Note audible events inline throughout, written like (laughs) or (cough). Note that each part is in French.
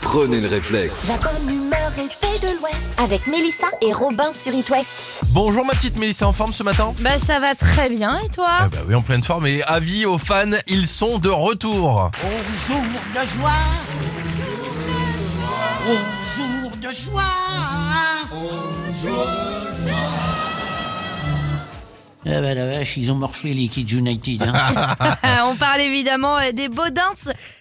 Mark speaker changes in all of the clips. Speaker 1: Prenez le réflexe.
Speaker 2: La bonne humeur et paix de l'Ouest avec Mélissa et Robin sur It West.
Speaker 3: Bonjour ma petite Mélissa en forme ce matin
Speaker 4: Bah ça va très bien et
Speaker 3: Ah
Speaker 4: toi
Speaker 3: bah oui en pleine forme et avis aux fans, ils sont de retour.
Speaker 5: Au jour de joie, au jour de joie, au jour de joie. Ah bah la vache, ils ont morflé les Kids United. hein. (laughs)
Speaker 4: On parle évidemment euh, des Baudins.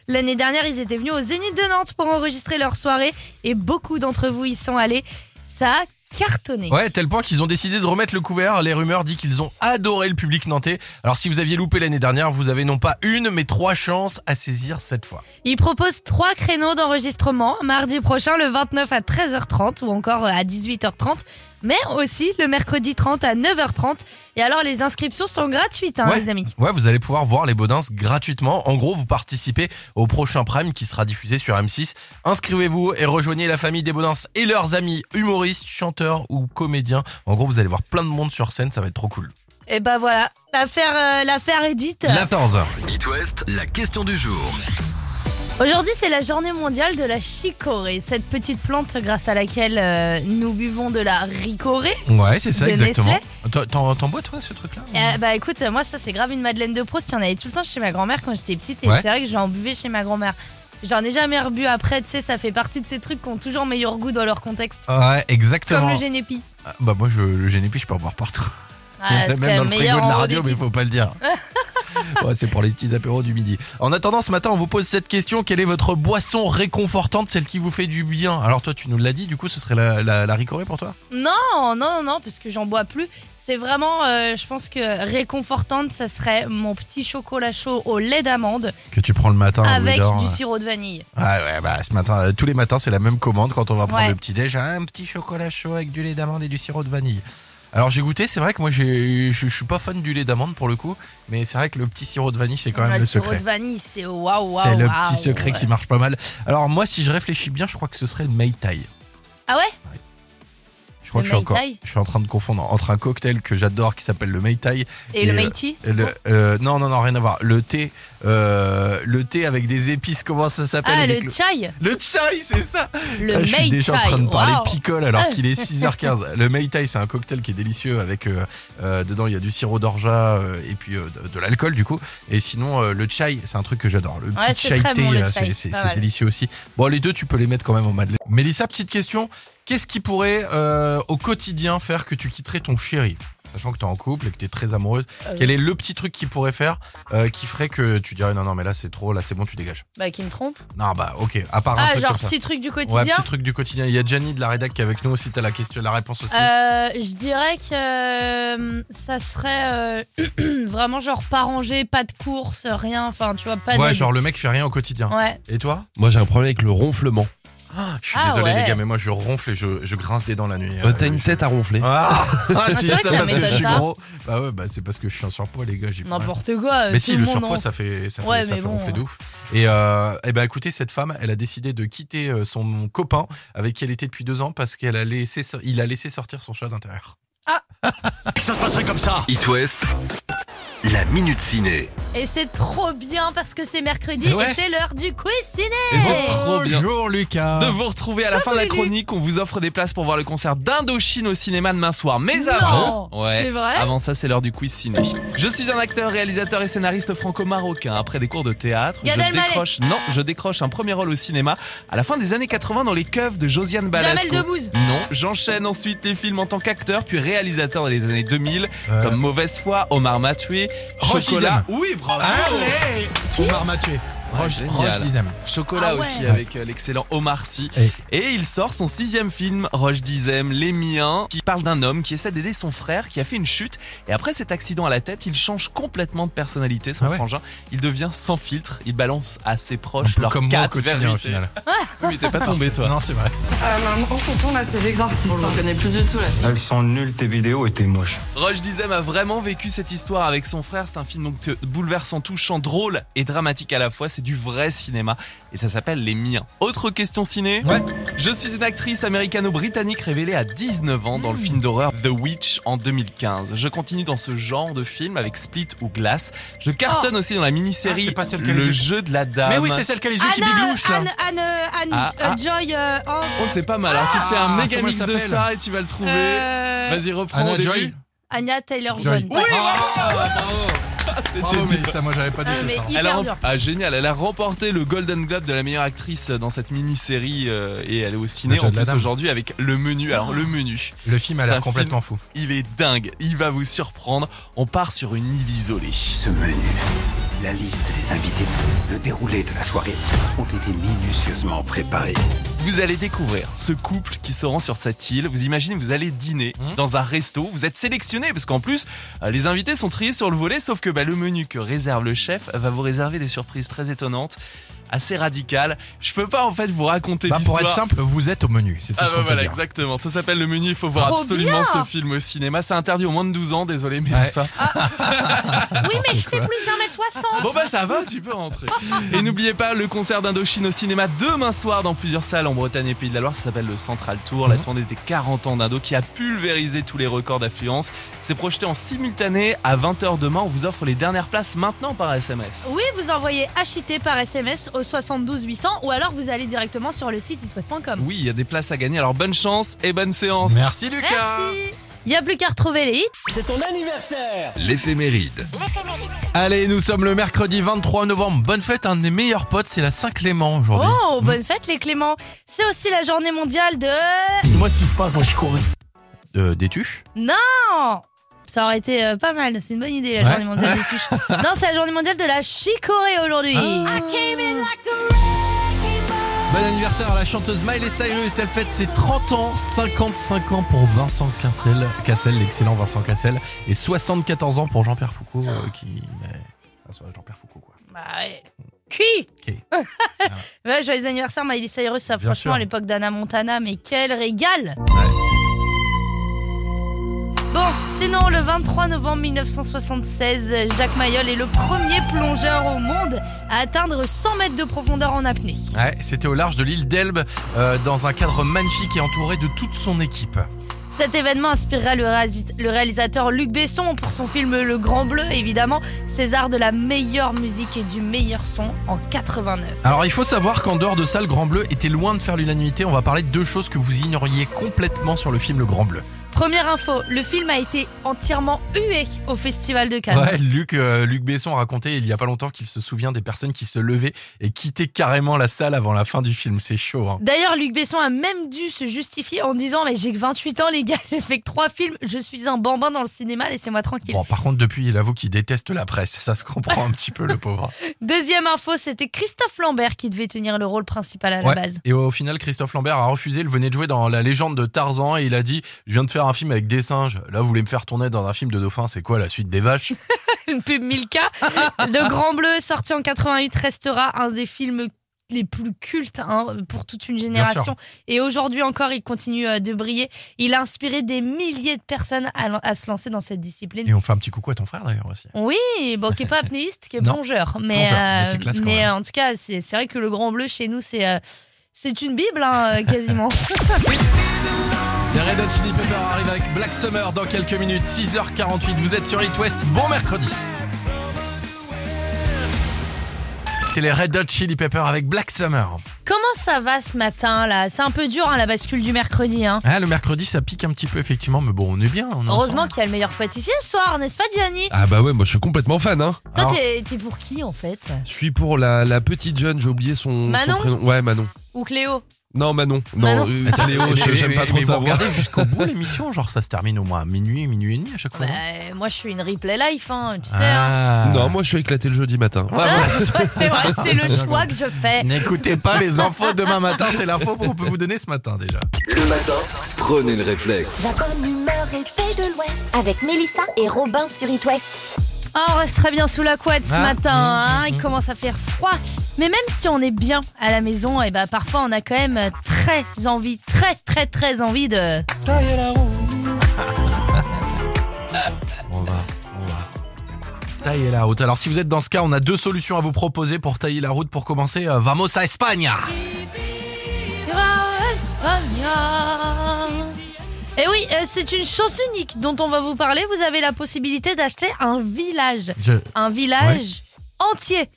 Speaker 4: L'année dernière ils étaient venus au Zénith de Nantes pour enregistrer leur soirée et beaucoup d'entre vous y sont allés. Ça a cartonné.
Speaker 3: Ouais, tel point qu'ils ont décidé de remettre le couvert. Les rumeurs disent qu'ils ont adoré le public nantais. Alors si vous aviez loupé l'année dernière, vous avez non pas une mais trois chances à saisir cette fois.
Speaker 4: Ils proposent trois créneaux d'enregistrement, mardi prochain le 29 à 13h30 ou encore euh, à 18h30, mais aussi le mercredi 30 à 9h30. Et alors les inscriptions sont gratuites hein,
Speaker 3: Ouais.
Speaker 4: les amis.
Speaker 3: Ouais, vous allez pouvoir voir les Baudins gratuitement. En gros, vous participez au prochain Prime qui sera diffusé sur M6. Inscrivez-vous et rejoignez la famille des Baudins et leurs amis humoristes, chanteurs ou comédiens. En gros, vous allez voir plein de monde sur scène, ça va être trop cool.
Speaker 4: Et bah voilà, l'affaire euh, l'affaire est dite.
Speaker 3: La 14h.
Speaker 1: It West, la question du jour.
Speaker 4: Aujourd'hui, c'est la journée mondiale de la chicorée, cette petite plante grâce à laquelle euh, nous buvons de la ricorée.
Speaker 3: Ouais, c'est ça,
Speaker 4: De
Speaker 3: exactement.
Speaker 4: Nestlé.
Speaker 3: T'en- T'en t'en bois, toi, ce truc-là
Speaker 4: Euh, bah écoute, moi, ça, c'est grave une Madeleine de Proust. Il y en avait tout le temps chez ma grand-mère quand j'étais petite. Et
Speaker 3: Ouais.
Speaker 4: c'est vrai que j'en buvais chez ma grand-mère. J'en ai jamais rebu après, tu sais, ça fait partie de ces trucs qui ont toujours meilleur goût dans leur contexte.
Speaker 3: Ouais, exactement.
Speaker 4: Comme le génépi.
Speaker 3: Ah, bah, moi, je, le génépi, je peux en boire partout.
Speaker 4: Ah, c'est quand
Speaker 3: Même dans
Speaker 4: même
Speaker 3: le
Speaker 4: meilleur
Speaker 3: frigo de la
Speaker 4: en
Speaker 3: radio,
Speaker 4: haut
Speaker 3: mais
Speaker 4: des
Speaker 3: il faut pas le
Speaker 4: (laughs)
Speaker 3: dire. Ouais, c'est pour les petits apéros du midi. En attendant, ce matin, on vous pose cette question. Quelle est votre boisson réconfortante, celle qui vous fait du bien Alors, toi, tu nous l'as dit, du coup, ce serait la, la, la Ricorée pour toi
Speaker 4: Non, non, non, non, parce que j'en bois plus. C'est vraiment, euh, je pense que réconfortante, ça serait mon petit chocolat chaud au lait d'amande
Speaker 3: Que tu prends le matin.
Speaker 4: avec
Speaker 3: genre,
Speaker 4: du
Speaker 3: euh,
Speaker 4: sirop de vanille.
Speaker 3: Ouais, ouais, bah, ce matin, euh, tous les matins, c'est la même commande quand on va prendre
Speaker 4: Ouais.
Speaker 3: le petit-déj. Un petit chocolat chaud avec du lait d'amande et du sirop de vanille. Alors, j'ai goûté, c'est vrai que moi, j'ai- je je suis pas fan du lait d'amande pour le coup, mais c'est vrai que le petit sirop de vanille, c'est quand même
Speaker 4: Ah,
Speaker 3: le,
Speaker 4: le sirop
Speaker 3: secret.
Speaker 4: de vanille, c'est waouh, waouh.
Speaker 3: c'est le
Speaker 4: waouh,
Speaker 3: petit secret
Speaker 4: ouais.
Speaker 3: qui marche pas mal. Alors, moi, si je réfléchis bien, je crois que ce serait le Mai Tai.
Speaker 4: Ah ouais
Speaker 3: Je crois
Speaker 4: Le
Speaker 3: que je suis
Speaker 4: Mai
Speaker 3: encore.
Speaker 4: Tai
Speaker 3: Je suis en train de confondre entre un cocktail que j'adore qui s'appelle le Mai Tai.
Speaker 4: Et le
Speaker 3: euh,
Speaker 4: Meiti
Speaker 3: et le, euh, non, non, non, rien à voir. Le thé, euh, le thé avec des épices, comment ça s'appelle
Speaker 4: Ah, le
Speaker 3: avec le-
Speaker 4: chai
Speaker 3: le chai, c'est ça
Speaker 4: Le
Speaker 3: Ah, Je suis
Speaker 4: mei
Speaker 3: déjà en
Speaker 4: chai,
Speaker 3: train de parler
Speaker 4: waouh.
Speaker 3: picole alors qu'il
Speaker 4: (laughs)
Speaker 3: est 6h15. Le Mai Tai, c'est un cocktail qui est délicieux avec euh, euh, dedans il y a du sirop d'orgeat euh, et puis euh, de, de l'alcool du coup. Et sinon euh, le chai, c'est un truc que j'adore. Le petit
Speaker 4: c'est
Speaker 3: chai
Speaker 4: très
Speaker 3: thé,
Speaker 4: bon, le
Speaker 3: là, c'est-
Speaker 4: chai, c'est
Speaker 3: c'est
Speaker 4: pas
Speaker 3: c'est
Speaker 4: mal.
Speaker 3: délicieux aussi. Bon, les deux, tu peux les mettre quand même en madeleine. Mélissa, petite question. Qu'est-ce qui pourrait euh, au quotidien faire que tu quitterais ton chéri Sachant que t'es en couple et que t'es très amoureuse,
Speaker 4: Euh.
Speaker 3: quel est le petit truc qui pourrait faire euh, qui ferait que tu dirais non non mais là c'est trop, là c'est bon tu dégages.
Speaker 4: Bah, qui me trompe.
Speaker 3: Non bah ok, à part un
Speaker 4: Ah,
Speaker 3: truc
Speaker 4: genre
Speaker 3: comme ça.
Speaker 4: petit truc du
Speaker 3: Ouais,
Speaker 4: quotidien.
Speaker 3: petit truc du quotidien. Il y a Gianni de la rédac qui est avec nous aussi. T'as la question, la réponse aussi.
Speaker 4: Euh, je dirais que euh, ça serait euh, (clears throat) vraiment genre pas rangé, pas de course, rien. Enfin, tu vois, pas
Speaker 3: ouais,
Speaker 4: de.
Speaker 3: genre le mec fait rien au quotidien.
Speaker 4: bah, Ouais.
Speaker 3: Et toi
Speaker 6: Moi j'ai un problème avec le ronflement.
Speaker 3: Ah, Je suis
Speaker 4: Ah
Speaker 3: désolé
Speaker 4: ouais.
Speaker 3: les gars, mais moi je ronfle et je, je grince des dents la nuit.
Speaker 6: Euh, T'as
Speaker 3: Euh,
Speaker 6: une
Speaker 3: je-
Speaker 6: tête à ronfler.
Speaker 3: Ah, (laughs)
Speaker 4: c'est
Speaker 3: tu dis
Speaker 4: vrai que ça
Speaker 3: parce que je
Speaker 4: m'étonne
Speaker 3: suis
Speaker 4: pas.
Speaker 3: gros. Bah ouais, bah c'est parce que je suis en surpoids les gars. j'y peux rien.
Speaker 4: N'importe quoi. euh,
Speaker 3: Mais
Speaker 4: tout
Speaker 3: si, le
Speaker 4: monde
Speaker 3: surpoids,
Speaker 4: en-
Speaker 3: ça fait, ça fait,
Speaker 4: Ouais,
Speaker 3: ça
Speaker 4: mais
Speaker 3: fait
Speaker 4: bon. hein.
Speaker 3: ronfler de ouf. Et, euh, eh ben, écoutez, cette femme, elle a décidé de quitter euh, son copain avec qui elle était depuis deux ans parce qu'elle a laissé, so- il a laissé sortir son chat d'intérieur.
Speaker 1: It West, la minute ciné.
Speaker 4: Et c'est trop bien parce que c'est mercredi
Speaker 3: Mais ouais.
Speaker 4: et c'est l'heure du quiz ciné.
Speaker 6: c'est trop bien.
Speaker 3: Bonjour Lucas.
Speaker 6: De vous retrouver à la fin de la chronique, on vous offre des places pour voir le concert d'Indochine au cinéma demain soir. Mais
Speaker 4: Non,
Speaker 6: avant,
Speaker 4: c'est
Speaker 6: ouais,
Speaker 4: vrai
Speaker 6: avant ça, c'est l'heure du quiz ciné. Je suis un acteur, réalisateur et scénariste franco-marocain. Après des cours de théâtre,
Speaker 4: Gad
Speaker 6: je
Speaker 4: Elmaleh.
Speaker 6: décroche, non, je décroche un premier rôle au cinéma à la fin des années 80 dans les caves de Josiane
Speaker 4: Jamel
Speaker 6: Balasco.
Speaker 4: Debbouze.
Speaker 6: Non, j'enchaîne ensuite les films en tant qu'acteur puis réalisateur dans les années 2000
Speaker 3: Euh,
Speaker 6: comme Mauvaise foi, Omar m'a tué,
Speaker 3: Roche
Speaker 6: Chocolat.
Speaker 3: Dizem.
Speaker 6: Oui, bravo.
Speaker 3: Allez Ah, Omar m'a tué. Roche,
Speaker 6: génial.
Speaker 3: Roche Dizem.
Speaker 6: Chocolat
Speaker 4: Ah ouais.
Speaker 6: aussi avec euh, l'excellent Omar Sy.
Speaker 3: Et-
Speaker 6: Et il sort son sixième film, Roche Dizem, Les Miens, qui parle d'un homme qui essaie d'aider son frère qui a fait une chute. Et après cet accident à la tête, il change complètement de personnalité, son
Speaker 3: Ah ouais.
Speaker 6: frangin. Il devient sans filtre, il balance à ses
Speaker 3: Un
Speaker 6: proches
Speaker 3: peu
Speaker 6: leur
Speaker 3: comme moi au
Speaker 6: quatre
Speaker 3: quotidien au
Speaker 6: vérités.
Speaker 3: final.
Speaker 6: Oui, mais t'es
Speaker 3: (laughs)
Speaker 6: pas tombé toi.
Speaker 3: Non, c'est vrai.
Speaker 7: Ah maman, tonton là c'est l'exorciste. On le connaît plus du tout là.
Speaker 8: Elles sont nulles tes vidéos et t'es moche.
Speaker 6: Roche Dizem a vraiment vécu cette histoire avec son frère. C'est un film donc euh, bouleversant, touchant, drôle et dramatique à la fois. C'est c'est du vrai cinéma et ça s'appelle Les Miens. Autre question ciné
Speaker 3: Ouais.
Speaker 6: Je suis une actrice américano-britannique révélée à 19 ans
Speaker 9: Hmm.
Speaker 6: dans le film d'horreur The Witch en 2015. Je continue dans ce genre de film avec Split ou Glace. Je cartonne aussi dans la
Speaker 9: Ah,
Speaker 6: mini-série
Speaker 9: c'est pas celle qu'elle
Speaker 6: Le
Speaker 9: joue.
Speaker 6: jeu de la dame.
Speaker 3: Mais oui, c'est celle qui a les yeux qui
Speaker 4: Anna,
Speaker 3: biglouchent là.
Speaker 4: Anne, Anne, euh, Anne,
Speaker 6: Ah,
Speaker 4: euh,
Speaker 6: ah.
Speaker 4: Joy, euh, oh,
Speaker 6: Oh, c'est pas mal. Alors, tu fais un
Speaker 9: Ah,
Speaker 6: méga
Speaker 9: comment
Speaker 6: mix
Speaker 9: elle
Speaker 6: de
Speaker 9: s'appelle
Speaker 6: ça et tu vas le trouver.
Speaker 4: euh,
Speaker 6: Vas-y, reprends. au
Speaker 3: Anna
Speaker 6: début.
Speaker 3: Joy
Speaker 4: Anna Taylor
Speaker 9: Joy.
Speaker 4: Joy.
Speaker 3: Oui, voilà
Speaker 6: Ah, (laughs) c'était
Speaker 3: Bravo,
Speaker 6: dur.
Speaker 3: mais ça, moi, j'avais pas du
Speaker 4: Ah,
Speaker 3: tout
Speaker 4: mais
Speaker 3: ça.
Speaker 4: hyper
Speaker 6: Elle a,
Speaker 4: dur.
Speaker 6: ah, génial, elle a remporté le Golden Globe de la meilleure actrice dans cette mini-série euh, et elle est au ciné
Speaker 3: Le jeu
Speaker 6: en
Speaker 3: de la
Speaker 6: plus
Speaker 3: dame.
Speaker 6: aujourd'hui avec le menu. Alors le menu,
Speaker 3: Le film a
Speaker 6: C'est
Speaker 3: l'air
Speaker 6: un
Speaker 3: complètement fou.
Speaker 6: il est dingue, il va vous surprendre. On part sur une île isolée.
Speaker 10: Ce menu, la liste des invités, le déroulé de la soirée ont été minutieusement préparés.
Speaker 6: Vous allez découvrir ce couple qui se rend sur cette île. Vous imaginez, vous allez dîner
Speaker 3: Mhm.
Speaker 6: dans un resto. Vous êtes sélectionné parce qu'en plus, euh, les invités sont triés sur le volet. Sauf que bah, le menu que réserve le chef va vous réserver des surprises très étonnantes, assez radicales. Je peux pas en fait vous raconter
Speaker 3: Bah, pour
Speaker 6: l'histoire.
Speaker 3: être simple, vous êtes au menu, c'est tout
Speaker 6: Ah
Speaker 3: ce
Speaker 6: bah
Speaker 3: qu'on peut
Speaker 6: voilà,
Speaker 3: dire.
Speaker 6: exactement. Ça s'appelle le menu. Il faut voir
Speaker 4: Trop
Speaker 6: absolument
Speaker 4: bien
Speaker 6: ce film au cinéma. C'est interdit au moins de 12 ans. Désolé, mais
Speaker 3: Ouais.
Speaker 6: ça.
Speaker 4: Oui, mais je fais plus d'un mètre soixante.
Speaker 6: Bon bah ça va, tu peux rentrer. Et n'oubliez pas le concert d'Indochine au cinéma demain soir dans plusieurs salles en Bretagne et Pays de la Loire. Ça s'appelle le Central Tour. La
Speaker 3: Mhm.
Speaker 6: tournée des 40 ans d'Indo qui a pulvérisé tous les records d'affluence. C'est projeté en simultané à 20h demain. On vous offre les dernières places maintenant par SMS.
Speaker 4: Oui, vous envoyez HIT par SMS au 72 800 ou alors vous allez directement sur le site itwest.com.
Speaker 6: Oui, il y a des places à gagner. Alors bonne chance et bonne séance.
Speaker 3: Merci, Lucas.
Speaker 4: Merci. Il n'y a plus qu'à retrouver les hits.
Speaker 1: l'éphéméride.
Speaker 3: Allez, nous sommes le mercredi 23 novembre. Bonne fête, un de mes meilleurs potes, c'est la Saint-Clément aujourd'hui.
Speaker 4: Oh,
Speaker 3: Mm.
Speaker 4: bonne fête les Cléments. C'est aussi la journée mondiale de...
Speaker 9: Moi, ce qui se passe, moi, je suis couru.
Speaker 3: Mm. Euh, des tuches
Speaker 4: Non Ça aurait été euh, pas mal, c'est une bonne idée la
Speaker 3: Ouais.
Speaker 4: journée mondiale des tuches. non, c'est la journée mondiale de la chicorée aujourd'hui.
Speaker 3: Bon anniversaire à la chanteuse Miley Cyrus. Elle fête ses 30 ans, 55 ans pour Vincent Cassel, Cassel l'excellent Vincent Cassel, et 74 ans pour Jean-Pierre Foucault, euh, qui. mais, enfin, soit Jean-Pierre Foucault, quoi.
Speaker 4: Bah, ouais. Qui (laughs)
Speaker 3: Qui Ah.
Speaker 4: Ouais, joyeux anniversaire Miley Cyrus, ça,
Speaker 3: Bien
Speaker 4: franchement
Speaker 3: sûr.
Speaker 4: à l'époque d'Anna Montana, mais quel régal Bon, sinon le 23 novembre 1976, Jacques Mayol est le premier plongeur au monde à atteindre 100 mètres de profondeur en apnée.
Speaker 3: Ouais, c'était au large de l'île d'Elbe, euh, dans un cadre magnifique et entouré de toute son équipe.
Speaker 4: Cet événement inspirera le, réalis- le réalisateur Luc Besson pour son film Le Grand Bleu, évidemment, César de la meilleure musique et du meilleur son en 89.
Speaker 3: Alors il faut savoir qu'en dehors de ça, le Grand Bleu était loin de faire l'unanimité. On va parler de deux choses que vous ignoriez complètement sur le film Le Grand Bleu.
Speaker 4: Première info, le film a été entièrement hué au Festival de Cannes.
Speaker 3: Ouais, Luc, euh, Luc Besson racontait il y a pas longtemps qu'il se souvient des personnes qui se levaient et quittaient carrément la salle avant la fin du film. C'est chaud. Hein.
Speaker 4: D'ailleurs, Luc Besson a même dû se justifier en disant Mais j'ai que 28 ans, les gars, (laughs) j'ai fait que 3 films, je suis un bambin dans le cinéma, laissez-moi tranquille.
Speaker 3: Bon, par contre, depuis, il avoue qu'il déteste la presse. Ça se comprend un petit peu, le
Speaker 4: (laughs)
Speaker 3: pauvre.
Speaker 4: Deuxième info, c'était Christophe Lambert qui devait tenir le rôle principal à la
Speaker 3: Ouais.
Speaker 4: base. (laughs)
Speaker 3: Et au final, Christophe Lambert a refusé. Il venait de jouer dans La légende de Tarzan et il a dit Je viens de faire un film avec des singes. Là, vous voulez me faire tourner dans un film de dauphin. C'est quoi la suite des vaches
Speaker 4: (laughs) une pub Milka. Le Grand Bleu, sorti en 88, restera un des films les plus cultes hein, pour toute une génération. Et aujourd'hui encore, il continue euh, de briller. Il a inspiré des milliers de personnes à, lan- à se lancer dans cette discipline.
Speaker 3: Et on fait un petit coucou à ton frère, d'ailleurs, aussi.
Speaker 4: Oui, bon, qui est pas apnéiste, qui est
Speaker 3: Non.
Speaker 4: plongeur. Mais,
Speaker 3: Plongeur, mais
Speaker 4: euh,
Speaker 3: c'est classe quand
Speaker 4: mais,
Speaker 3: même.
Speaker 4: euh, en tout cas, c'est c'est vrai que le Grand Bleu, chez nous, c'est... euh, c'est une bible, hein,
Speaker 3: (laughs)
Speaker 4: euh, quasiment.
Speaker 3: Les Red Hot Chili Peppers arrivent avec Black Summer dans quelques minutes, 6h48. Vous êtes sur It West. Bon mercredi. C'est les Red Hot Chili Peppers avec Black Summer.
Speaker 4: Comment ça va ce matin, là C'est un peu dur, hein, la bascule du mercredi. Hein.
Speaker 3: Ah, le mercredi, ça pique un petit peu, effectivement, mais bon, on est bien. on est
Speaker 4: Heureusement
Speaker 3: ensemble.
Speaker 4: qu'il y a le meilleur pâtissier ce soir, n'est-ce pas, Gianni
Speaker 11: Ah bah ouais, moi je suis complètement fan. Hein.
Speaker 4: Toi,
Speaker 3: Alors-
Speaker 4: t'es t'es pour qui, en fait
Speaker 11: Je suis pour la, la petite jeune, j'ai oublié son, son
Speaker 4: Manon
Speaker 11: prénom. Ouais, Manon.
Speaker 4: Ou Cléo
Speaker 11: Non, Manon. Non,
Speaker 4: Manon
Speaker 11: euh,
Speaker 3: Attends,
Speaker 11: Cléo,
Speaker 3: mais-
Speaker 11: je-
Speaker 3: mais-
Speaker 11: j'aime
Speaker 3: mais-
Speaker 11: pas trop
Speaker 3: mais vous
Speaker 11: savoir.
Speaker 3: Regardez jusqu'au bout l'émission, genre ça se termine au moins à minuit, minuit et demi à chaque fois.
Speaker 4: Bah,
Speaker 3: non
Speaker 4: moi, je suis une replay life, hein, tu sais. hein. (laughs)
Speaker 3: Ah.
Speaker 11: Non, moi je suis éclaté le jeudi matin.
Speaker 3: Ouais, voilà.
Speaker 4: Ah, c'est vrai, c'est le choix que je fais.
Speaker 3: N'écoutez pas les infos demain matin, c'est l'info qu'on peut vous donner ce matin déjà.
Speaker 1: Le matin, prenez le réflexe.
Speaker 2: La bonne humeur et paix de l'Ouest avec Mélissa et Robin sur It West.
Speaker 4: Ah, on reste très bien sous la couette ce
Speaker 3: Ah,
Speaker 4: matin.
Speaker 3: mm,
Speaker 4: hein, Il
Speaker 3: mm.
Speaker 4: commence à faire froid. Mais même si on est bien à la maison, et bah, parfois, on a quand même très envie, très, très, très envie de.
Speaker 3: On va, on va. Tailler la route. Alors si vous êtes dans ce cas, on a deux solutions à vous proposer pour tailler la route. Pour commencer, euh, vamos à Espagne.
Speaker 4: Et oui, euh, c'est une chance unique dont on va vous parler. Vous avez la possibilité d'acheter un village.
Speaker 3: Je-
Speaker 4: Un village entier.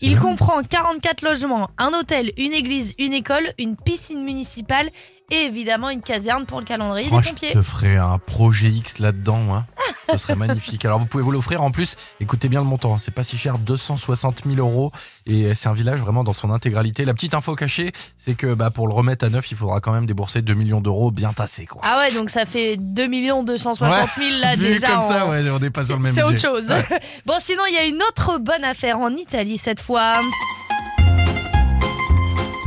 Speaker 4: Il comprend 44 logements, un hôtel, une église, une école, une piscine municipale et évidemment une caserne pour le calendrier des
Speaker 3: Franchement, je
Speaker 4: pompiers.
Speaker 3: te ferai un projet X là-dedans,
Speaker 4: (laughs)
Speaker 3: moi. Ce serait magnifique. Alors, vous pouvez vous l'offrir. En plus, écoutez bien le montant. hein, C'est pas si cher, 260 000 euros. Et euh, c'est un village vraiment dans son intégralité. La petite info cachée, c'est que bah, pour le remettre à neuf, il faudra quand même débourser 2 millions d'euros bien tassés, quoi.
Speaker 4: Ah ouais, donc ça fait 2 260 000 là
Speaker 3: Vu
Speaker 4: déjà.
Speaker 3: comme
Speaker 4: en-
Speaker 3: ça, ouais, on n'est pas sur le même
Speaker 4: C'est autre
Speaker 3: budget.
Speaker 4: chose. (laughs) Bon, sinon, il y a une autre bonne affaire en Italie cette fois.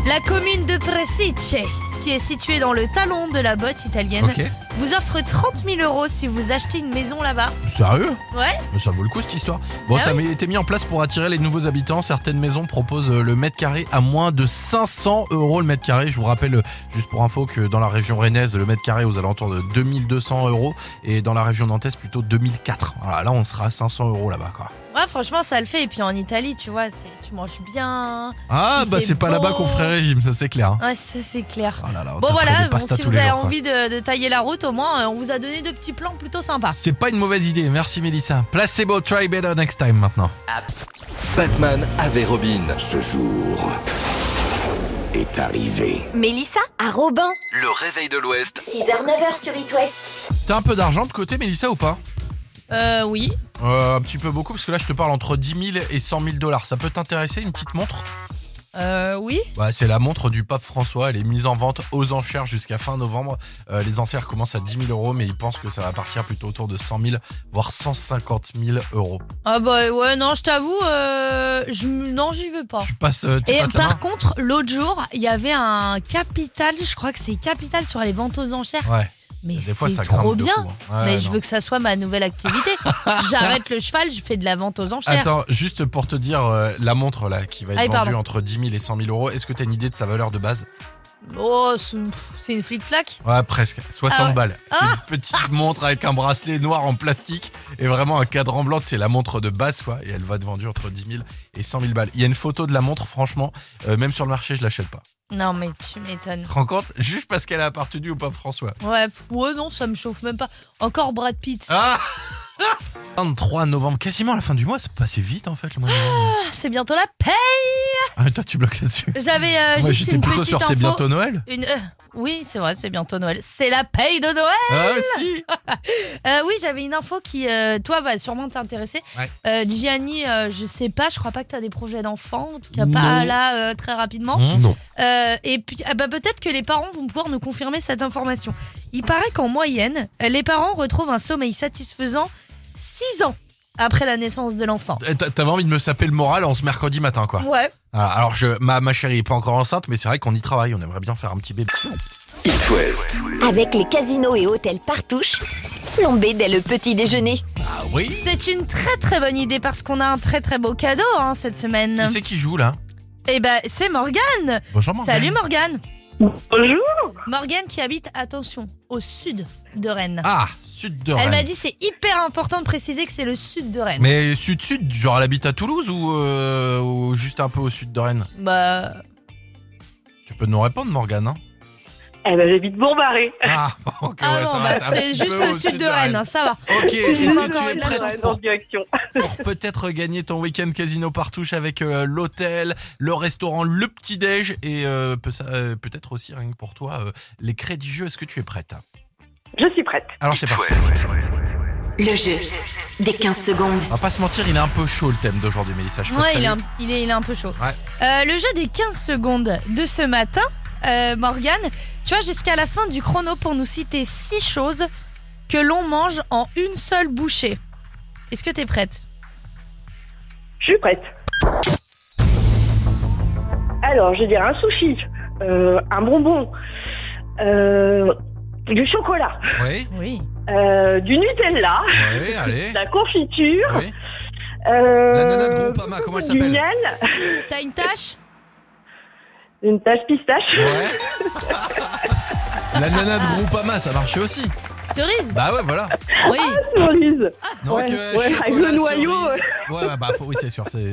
Speaker 4: La commune de Presice, qui est située dans le talon de la botte italienne,
Speaker 3: Ok.
Speaker 4: vous offre 30 000 euros si vous achetez une maison là-bas.
Speaker 3: Sérieux
Speaker 4: Ouais.
Speaker 3: Mais ça vaut le coup cette histoire. Bon,
Speaker 4: Ah
Speaker 3: ça a été mis en place pour attirer les nouveaux habitants. Certaines maisons proposent euh, le mètre carré à moins de 500 euros le mètre carré. Je vous rappelle, euh, juste pour info, que dans la région rennaise, le mètre carré est aux alentours de 2200 euros et dans la région nantaise, plutôt 2004. Voilà, là, on sera à 500 euros là-bas, quoi.
Speaker 4: Ouais, franchement, ça le fait. Et puis en Italie, tu vois, tu tu manges bien.
Speaker 3: Ah,
Speaker 4: Il
Speaker 3: bah,
Speaker 4: fait
Speaker 3: c'est pas
Speaker 4: beau.
Speaker 3: là-bas qu'on ferait régime, ça c'est clair. hein.
Speaker 4: Ouais, ça, c'est clair.
Speaker 3: Oh là là, on
Speaker 4: Bon
Speaker 3: taperait
Speaker 4: voilà,
Speaker 3: des
Speaker 4: bon,
Speaker 3: pastas
Speaker 4: si
Speaker 3: tous
Speaker 4: vous
Speaker 3: les
Speaker 4: avez
Speaker 3: jours, quoi.
Speaker 4: envie de, de tailler la route, au moins, euh, on vous a donné deux petits plans plutôt sympas.
Speaker 3: Ah, C'est pas une mauvaise idée, merci Mélissa. Placebo, try better next time maintenant.
Speaker 1: Batman avait Robin.
Speaker 10: Ce jour est arrivé.
Speaker 2: Mélissa à Robin.
Speaker 1: Le réveil de l'Ouest.
Speaker 2: 6h-9h sur It West.
Speaker 3: T'as un peu d'argent de côté, Mélissa, ou pas
Speaker 4: Euh, oui.
Speaker 3: Euh, un petit peu beaucoup, parce que là, je te parle entre 10 000 et 100 000 dollars. Ça peut t'intéresser, une petite montre
Speaker 4: Euh, oui.
Speaker 3: Ouais, c'est la montre du pape François. Elle est mise en vente aux enchères jusqu'à fin novembre. Euh, les enchères commencent à 10 000 euros, mais ils pensent que ça va partir plutôt autour de 100 000, voire 150 000 euros.
Speaker 4: Ah bah ouais, non, je t'avoue, euh, je, m- non, j'y veux pas.
Speaker 3: Tu passes, euh, tu
Speaker 4: Et
Speaker 3: passes la
Speaker 4: par
Speaker 3: main
Speaker 4: contre, l'autre jour, il y avait un capital, je crois que c'est capital sur les ventes aux enchères.
Speaker 3: Ouais,
Speaker 4: Mais
Speaker 3: des fois,
Speaker 4: c'est
Speaker 3: ça
Speaker 4: trop
Speaker 3: grimpe de
Speaker 4: bien.
Speaker 3: fou, hein. Ouais,
Speaker 4: Mais je
Speaker 3: non.
Speaker 4: veux que ça soit ma nouvelle activité.
Speaker 3: (laughs)
Speaker 4: J'arrête le cheval, je fais de la vente aux enchères.
Speaker 3: Attends, juste pour te dire, euh, la montre là qui va être
Speaker 4: Ah oui,
Speaker 3: vendue
Speaker 4: pardon.
Speaker 3: entre 10 000 et 100 000 euros, est-ce que t'as une idée de sa valeur de base
Speaker 4: Oh, c'est pff, c'est une flic-flac.
Speaker 3: Ouais, presque. 60
Speaker 4: Ah ouais.
Speaker 3: balles. C'est une petite montre avec un bracelet noir en plastique et vraiment un cadran blanc. C'est la montre de base, quoi. Et elle va être vendue entre 10 000 et 100 000 balles. Il y a une photo de la montre, franchement, euh, même sur le marché, je l'achète pas.
Speaker 4: Non, mais tu m'étonnes.
Speaker 3: Tu te rends compte Juste parce qu'elle a appartenu au pape François.
Speaker 4: Ouais, pff, ouais, non, ça me chauffe même pas. Encore Brad Pitt.
Speaker 3: Ah (laughs) 23 novembre, quasiment à la fin du mois, ça passait vite en fait le mois de novembre.
Speaker 4: Ah, C'est bientôt la paix.
Speaker 3: Ah, toi tu bloques là-dessus.
Speaker 4: J'avais euh,
Speaker 3: Moi
Speaker 4: juste
Speaker 3: j'étais
Speaker 4: une
Speaker 3: plutôt
Speaker 4: petite
Speaker 3: sur
Speaker 4: info.
Speaker 3: c'est bientôt Noël.
Speaker 4: Une, euh, oui, c'est vrai, c'est bientôt Noël. C'est la paye de Noël.
Speaker 3: Ah si
Speaker 4: Euh, oui, j'avais une info qui, euh, toi, va sûrement t'intéresser.
Speaker 3: Ouais.
Speaker 4: Euh, Gianni, euh, je sais pas, je crois pas que t'as des projets d'enfants, en tout cas
Speaker 11: Non.
Speaker 4: pas là euh, très rapidement.
Speaker 3: Hum
Speaker 11: Non.
Speaker 4: Euh, et puis, ah bah, peut-être que les parents vont pouvoir nous confirmer cette information. Il paraît qu'en moyenne, euh, les parents retrouvent un sommeil satisfaisant 6 ans après la naissance de l'enfant.
Speaker 3: Eh, t'a- T'avais envie de me saper le moral en ce mercredi matin quoi.
Speaker 4: Ouais.
Speaker 3: Ah, Alors je, ma, ma chérie est pas encore enceinte, mais c'est vrai qu'on y travaille, on aimerait bien faire un petit bébé.
Speaker 1: It West.
Speaker 2: Avec les casinos et hôtels partouche, plombé dès le petit déjeuner.
Speaker 3: Ah oui
Speaker 4: C'est une très très bonne idée parce qu'on a un très très beau cadeau hein, cette
Speaker 3: Qui
Speaker 4: semaine.
Speaker 3: c'est qui joue là
Speaker 4: Et ben, c'est Morgane.
Speaker 3: Bonjour Morgane.
Speaker 4: Salut Morgane.
Speaker 7: Bonjour.
Speaker 4: Morgane qui habite, attention, au sud de Rennes.
Speaker 3: Ah, sud de
Speaker 4: Elle m'a
Speaker 3: Rennes.
Speaker 4: dit c'est hyper important de préciser que c'est le sud de Rennes.
Speaker 3: Mais sud-sud, genre elle habite à Toulouse ou, euh, ou juste un peu au sud de Rennes
Speaker 4: Bah
Speaker 3: Tu peux nous répondre Morgane hein
Speaker 7: Eh ben, j'habite Bourg-Barré.
Speaker 3: Ah, ok,
Speaker 4: ah
Speaker 3: ouais,
Speaker 4: non,
Speaker 3: ça
Speaker 4: bah,
Speaker 3: va, t'as un
Speaker 4: c'est
Speaker 3: petit
Speaker 4: juste
Speaker 3: peu
Speaker 4: au sud de Rennes, hein, ça va. (laughs)
Speaker 3: Ok, est-ce
Speaker 7: Encore
Speaker 3: que tu
Speaker 7: une
Speaker 3: es
Speaker 7: fois,
Speaker 3: prête
Speaker 7: dans
Speaker 3: pour,
Speaker 7: une direction.
Speaker 3: pour peut-être gagner ton week-end casino partouche avec euh, l'hôtel, le restaurant, le petit-déj et euh, peut- ça, euh, peut-être aussi, rien que pour toi, euh, les crédits jeux Est-ce que tu es prête
Speaker 7: Je suis prête.
Speaker 3: Alors c'est parti.
Speaker 2: Le jeu des 15 secondes.
Speaker 3: On va pas se mentir, il est un peu chaud le thème d'aujourd'hui, Mélissa. Je sais pas si
Speaker 4: Ouais,
Speaker 3: t'as
Speaker 4: il est,
Speaker 3: vu.
Speaker 4: un, il, est, il est un peu chaud.
Speaker 3: Ouais.
Speaker 4: Euh, le jeu des 15 secondes de ce matin, euh, Morgane, tu as jusqu'à la fin du chrono pour nous citer six choses que l'on mange en une seule bouchée. Est-ce que t'es prête
Speaker 7: Je suis prête. Alors, je vais dire un sushi, euh, un bonbon, euh, du chocolat,
Speaker 3: Oui,
Speaker 4: Oui.
Speaker 7: euh, du Nutella,
Speaker 3: oui, allez.
Speaker 7: de la confiture,
Speaker 3: Oui.
Speaker 7: euh,
Speaker 3: La nana de Groupama, comment elle
Speaker 7: du
Speaker 3: s'appelle
Speaker 7: miel,
Speaker 4: T'as une tâche
Speaker 7: une tache pistache.
Speaker 3: Ouais. La nana de Groupama, ça marchait aussi.
Speaker 4: Cerise
Speaker 3: Bah ouais, voilà.
Speaker 4: Oui.
Speaker 7: Cerise.
Speaker 3: Donc,
Speaker 7: Ouais,
Speaker 3: euh,
Speaker 7: ouais, avec
Speaker 3: chocolat,
Speaker 7: le noyau.
Speaker 3: cerise. Ouais, bah, bah, faut- oui, c'est sûr, c'est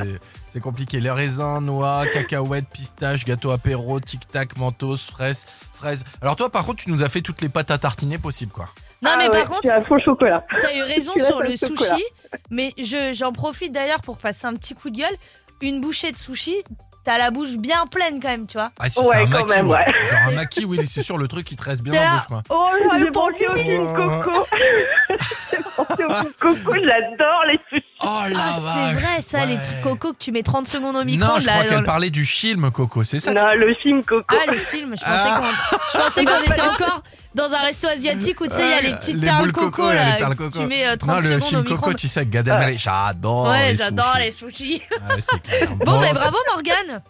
Speaker 3: c'est compliqué. Les raisins, noix, cacahuètes, pistaches, gâteau apéro, tic-tac, mentos, fraises, fraises. Alors toi, par contre, tu nous as fait toutes les pâtes à tartiner possibles, quoi.
Speaker 4: Non,
Speaker 7: Ah
Speaker 4: mais
Speaker 7: ouais,
Speaker 4: par
Speaker 7: tu
Speaker 4: contre,
Speaker 7: as faux chocolat.
Speaker 4: t'as eu raison
Speaker 7: Tu l'as
Speaker 4: sur
Speaker 7: fait
Speaker 4: le
Speaker 7: au chocolat.
Speaker 4: sushi. Mais je- j'en profite d'ailleurs pour passer un petit coup de gueule. Une bouchée de sushi, t'as la bouche bien pleine quand même, tu vois.
Speaker 3: Ah, si,
Speaker 7: Ouais,
Speaker 3: c'est un
Speaker 7: quand
Speaker 3: maquis.
Speaker 7: même,
Speaker 3: ouais.
Speaker 7: ouais.
Speaker 3: Genre un maquis, oui, c'est sûr, le truc qui te reste bien
Speaker 4: T'es
Speaker 3: en
Speaker 4: là,
Speaker 3: bouche, quoi.
Speaker 4: Oh, j'aurais
Speaker 7: J'ai pensé au film
Speaker 3: Oh.
Speaker 7: Coco. (laughs) J'ai pensé au film Coco, j'adore les sushis.
Speaker 3: Oh la
Speaker 4: Ah, c'est
Speaker 3: vache.
Speaker 4: vrai, ça, les
Speaker 3: ouais.
Speaker 4: trucs coco que tu mets 30 secondes au micro.
Speaker 3: Non, je crois
Speaker 4: là, dans
Speaker 3: qu'elle
Speaker 4: le-
Speaker 3: parlait du film, Coco, c'est ça
Speaker 7: Non, le film Coco.
Speaker 4: Ah, les films, je pensais
Speaker 3: Ah.
Speaker 4: qu'on je
Speaker 3: (laughs)
Speaker 4: pensais qu'on était encore dans un resto asiatique où tu sais, il y a les petites
Speaker 3: Les
Speaker 4: perles
Speaker 3: boules
Speaker 4: coco,
Speaker 3: coco, là,
Speaker 4: là.
Speaker 3: les perles
Speaker 4: que
Speaker 3: coco.
Speaker 4: Tu mets euh, 30
Speaker 3: Non, le
Speaker 4: secondes au
Speaker 3: film
Speaker 4: micro.
Speaker 3: Coco, tu sais, avec Gad Elmaleh. J'adore
Speaker 4: Ouais,
Speaker 3: les
Speaker 4: j'adore
Speaker 3: sushis.
Speaker 4: les sushis.
Speaker 3: Ah, ouais, c'est
Speaker 4: (laughs)
Speaker 3: clair.
Speaker 4: Bon, eh ben, mais bravo, Morgane.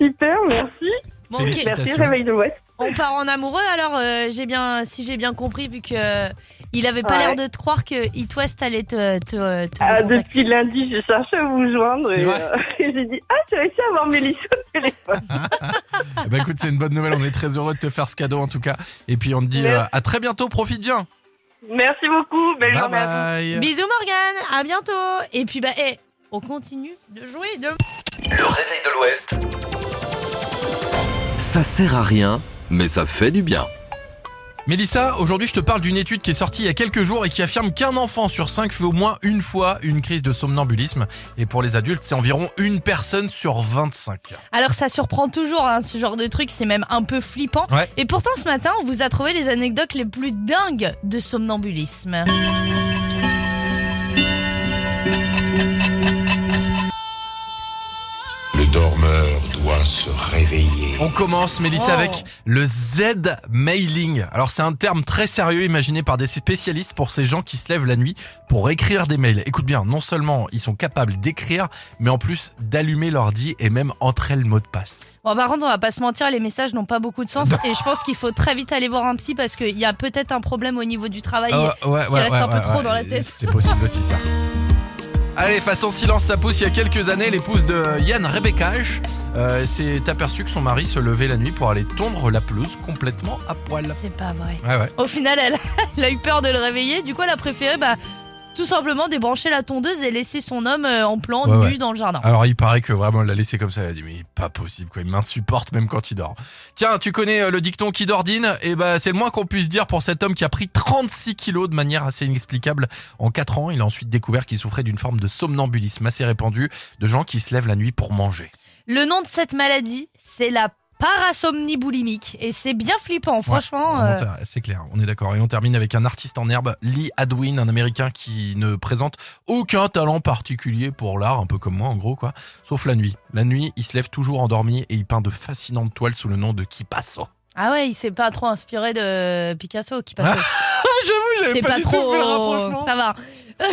Speaker 7: Super, merci.
Speaker 4: Bon, ok.
Speaker 3: Félicitations.
Speaker 7: Merci, Réveil de l'Ouest.
Speaker 4: On part en amoureux alors, euh, j'ai bien, si j'ai bien compris, vu que euh, il avait pas
Speaker 7: Ouais.
Speaker 4: l'air de te croire que It West allait te. te, euh, te
Speaker 7: Ah,
Speaker 4: recontacter.
Speaker 7: depuis lundi, j'ai cherché à vous joindre
Speaker 3: C'est
Speaker 7: et,
Speaker 3: vrai
Speaker 7: euh, (laughs) et j'ai dit Ah, j'ai réussi à avoir Mélissa au téléphone.
Speaker 3: Eh ben, écoute, c'est une bonne nouvelle. On est très heureux de te faire ce cadeau en tout cas. Et puis on te dit
Speaker 7: Merci.
Speaker 3: euh, à très bientôt. Profite bien.
Speaker 7: Merci beaucoup, belle
Speaker 3: Bye
Speaker 7: journée à vous.
Speaker 3: bye.
Speaker 4: Bisous Morgane, à bientôt. Et puis bah, eh, on continue de jouer. De...
Speaker 1: Le réveil de l'Ouest. Ça sert à rien, mais ça fait du bien.
Speaker 3: Mélissa, aujourd'hui je te parle d'une étude qui est sortie il y a quelques jours et qui affirme qu'un enfant sur cinq fait au moins une fois une crise de somnambulisme. Et pour les adultes, c'est environ une personne sur 25.
Speaker 4: Alors ça surprend toujours hein, ce genre de truc, c'est même un peu flippant.
Speaker 3: Ouais.
Speaker 4: Et pourtant ce matin, on vous a trouvé les anecdotes les plus dingues de somnambulisme.
Speaker 9: Le dormeur doit se réveiller.
Speaker 3: On commence, Mélissa,
Speaker 4: Wow.
Speaker 3: avec le Z-mailing. Alors, c'est un terme très sérieux imaginé par des spécialistes pour ces gens qui se lèvent la nuit pour écrire des mails. Écoute bien, non seulement ils sont capables d'écrire, mais en plus d'allumer l'ordi et même entrer le mot de passe.
Speaker 4: Bon par contre, on va pas se mentir, les messages n'ont pas beaucoup
Speaker 3: (laughs)
Speaker 4: de sens et je pense qu'il faut très vite aller voir un psy parce qu'il y a peut-être un problème au niveau du travail.
Speaker 3: Oh, Ah ouais,
Speaker 4: il reste un peu trop dans la tête.
Speaker 3: C'est possible aussi, ça. Allez, façon silence, ça pousse. Il y a quelques années, l'épouse de Yann Rebekage euh, s'est aperçue que son mari se levait la nuit pour aller tondre la pelouse complètement à poil.
Speaker 4: C'est pas vrai.
Speaker 3: Ouais, ouais.
Speaker 4: Au final, elle (laughs) a, elle a eu peur de le réveiller. Du coup, elle a préféré bah, tout simplement débrancher la tondeuse et laisser son homme euh, en plan
Speaker 3: Ouais,
Speaker 4: nu
Speaker 3: ouais.
Speaker 4: dans le jardin.
Speaker 3: Alors il paraît que vraiment elle l'a laissé comme ça, elle a dit mais pas possible quoi, il m'insupporte même quand il dort. Tiens, tu connais euh, le dicton qui dordine Et ben c'est le moins qu'on puisse dire pour cet homme qui a pris 36 kilos de manière assez inexplicable en 4 ans. Il a ensuite découvert qu'il souffrait d'une forme de somnambulisme assez répandue, de gens qui se lèvent la nuit pour manger.
Speaker 4: Le nom de cette maladie, c'est la parasomnie boulimique. Et c'est bien flippant, franchement. euh,
Speaker 3: On ter- C'est clair, on est d'accord. Et on termine avec un artiste en herbe, Lee Adwin, un Américain qui ne présente aucun talent particulier pour l'art, un peu comme moi en gros quoi, sauf la nuit. La nuit, il se lève toujours endormi et il peint de fascinantes toiles sous le nom de Kipasso.
Speaker 4: Ah ouais, il s'est pas trop inspiré de Picasso qui
Speaker 3: Ah,
Speaker 4: passe.
Speaker 3: (laughs) J'avoue,
Speaker 4: c'est Ah, pas, trop. Ça va.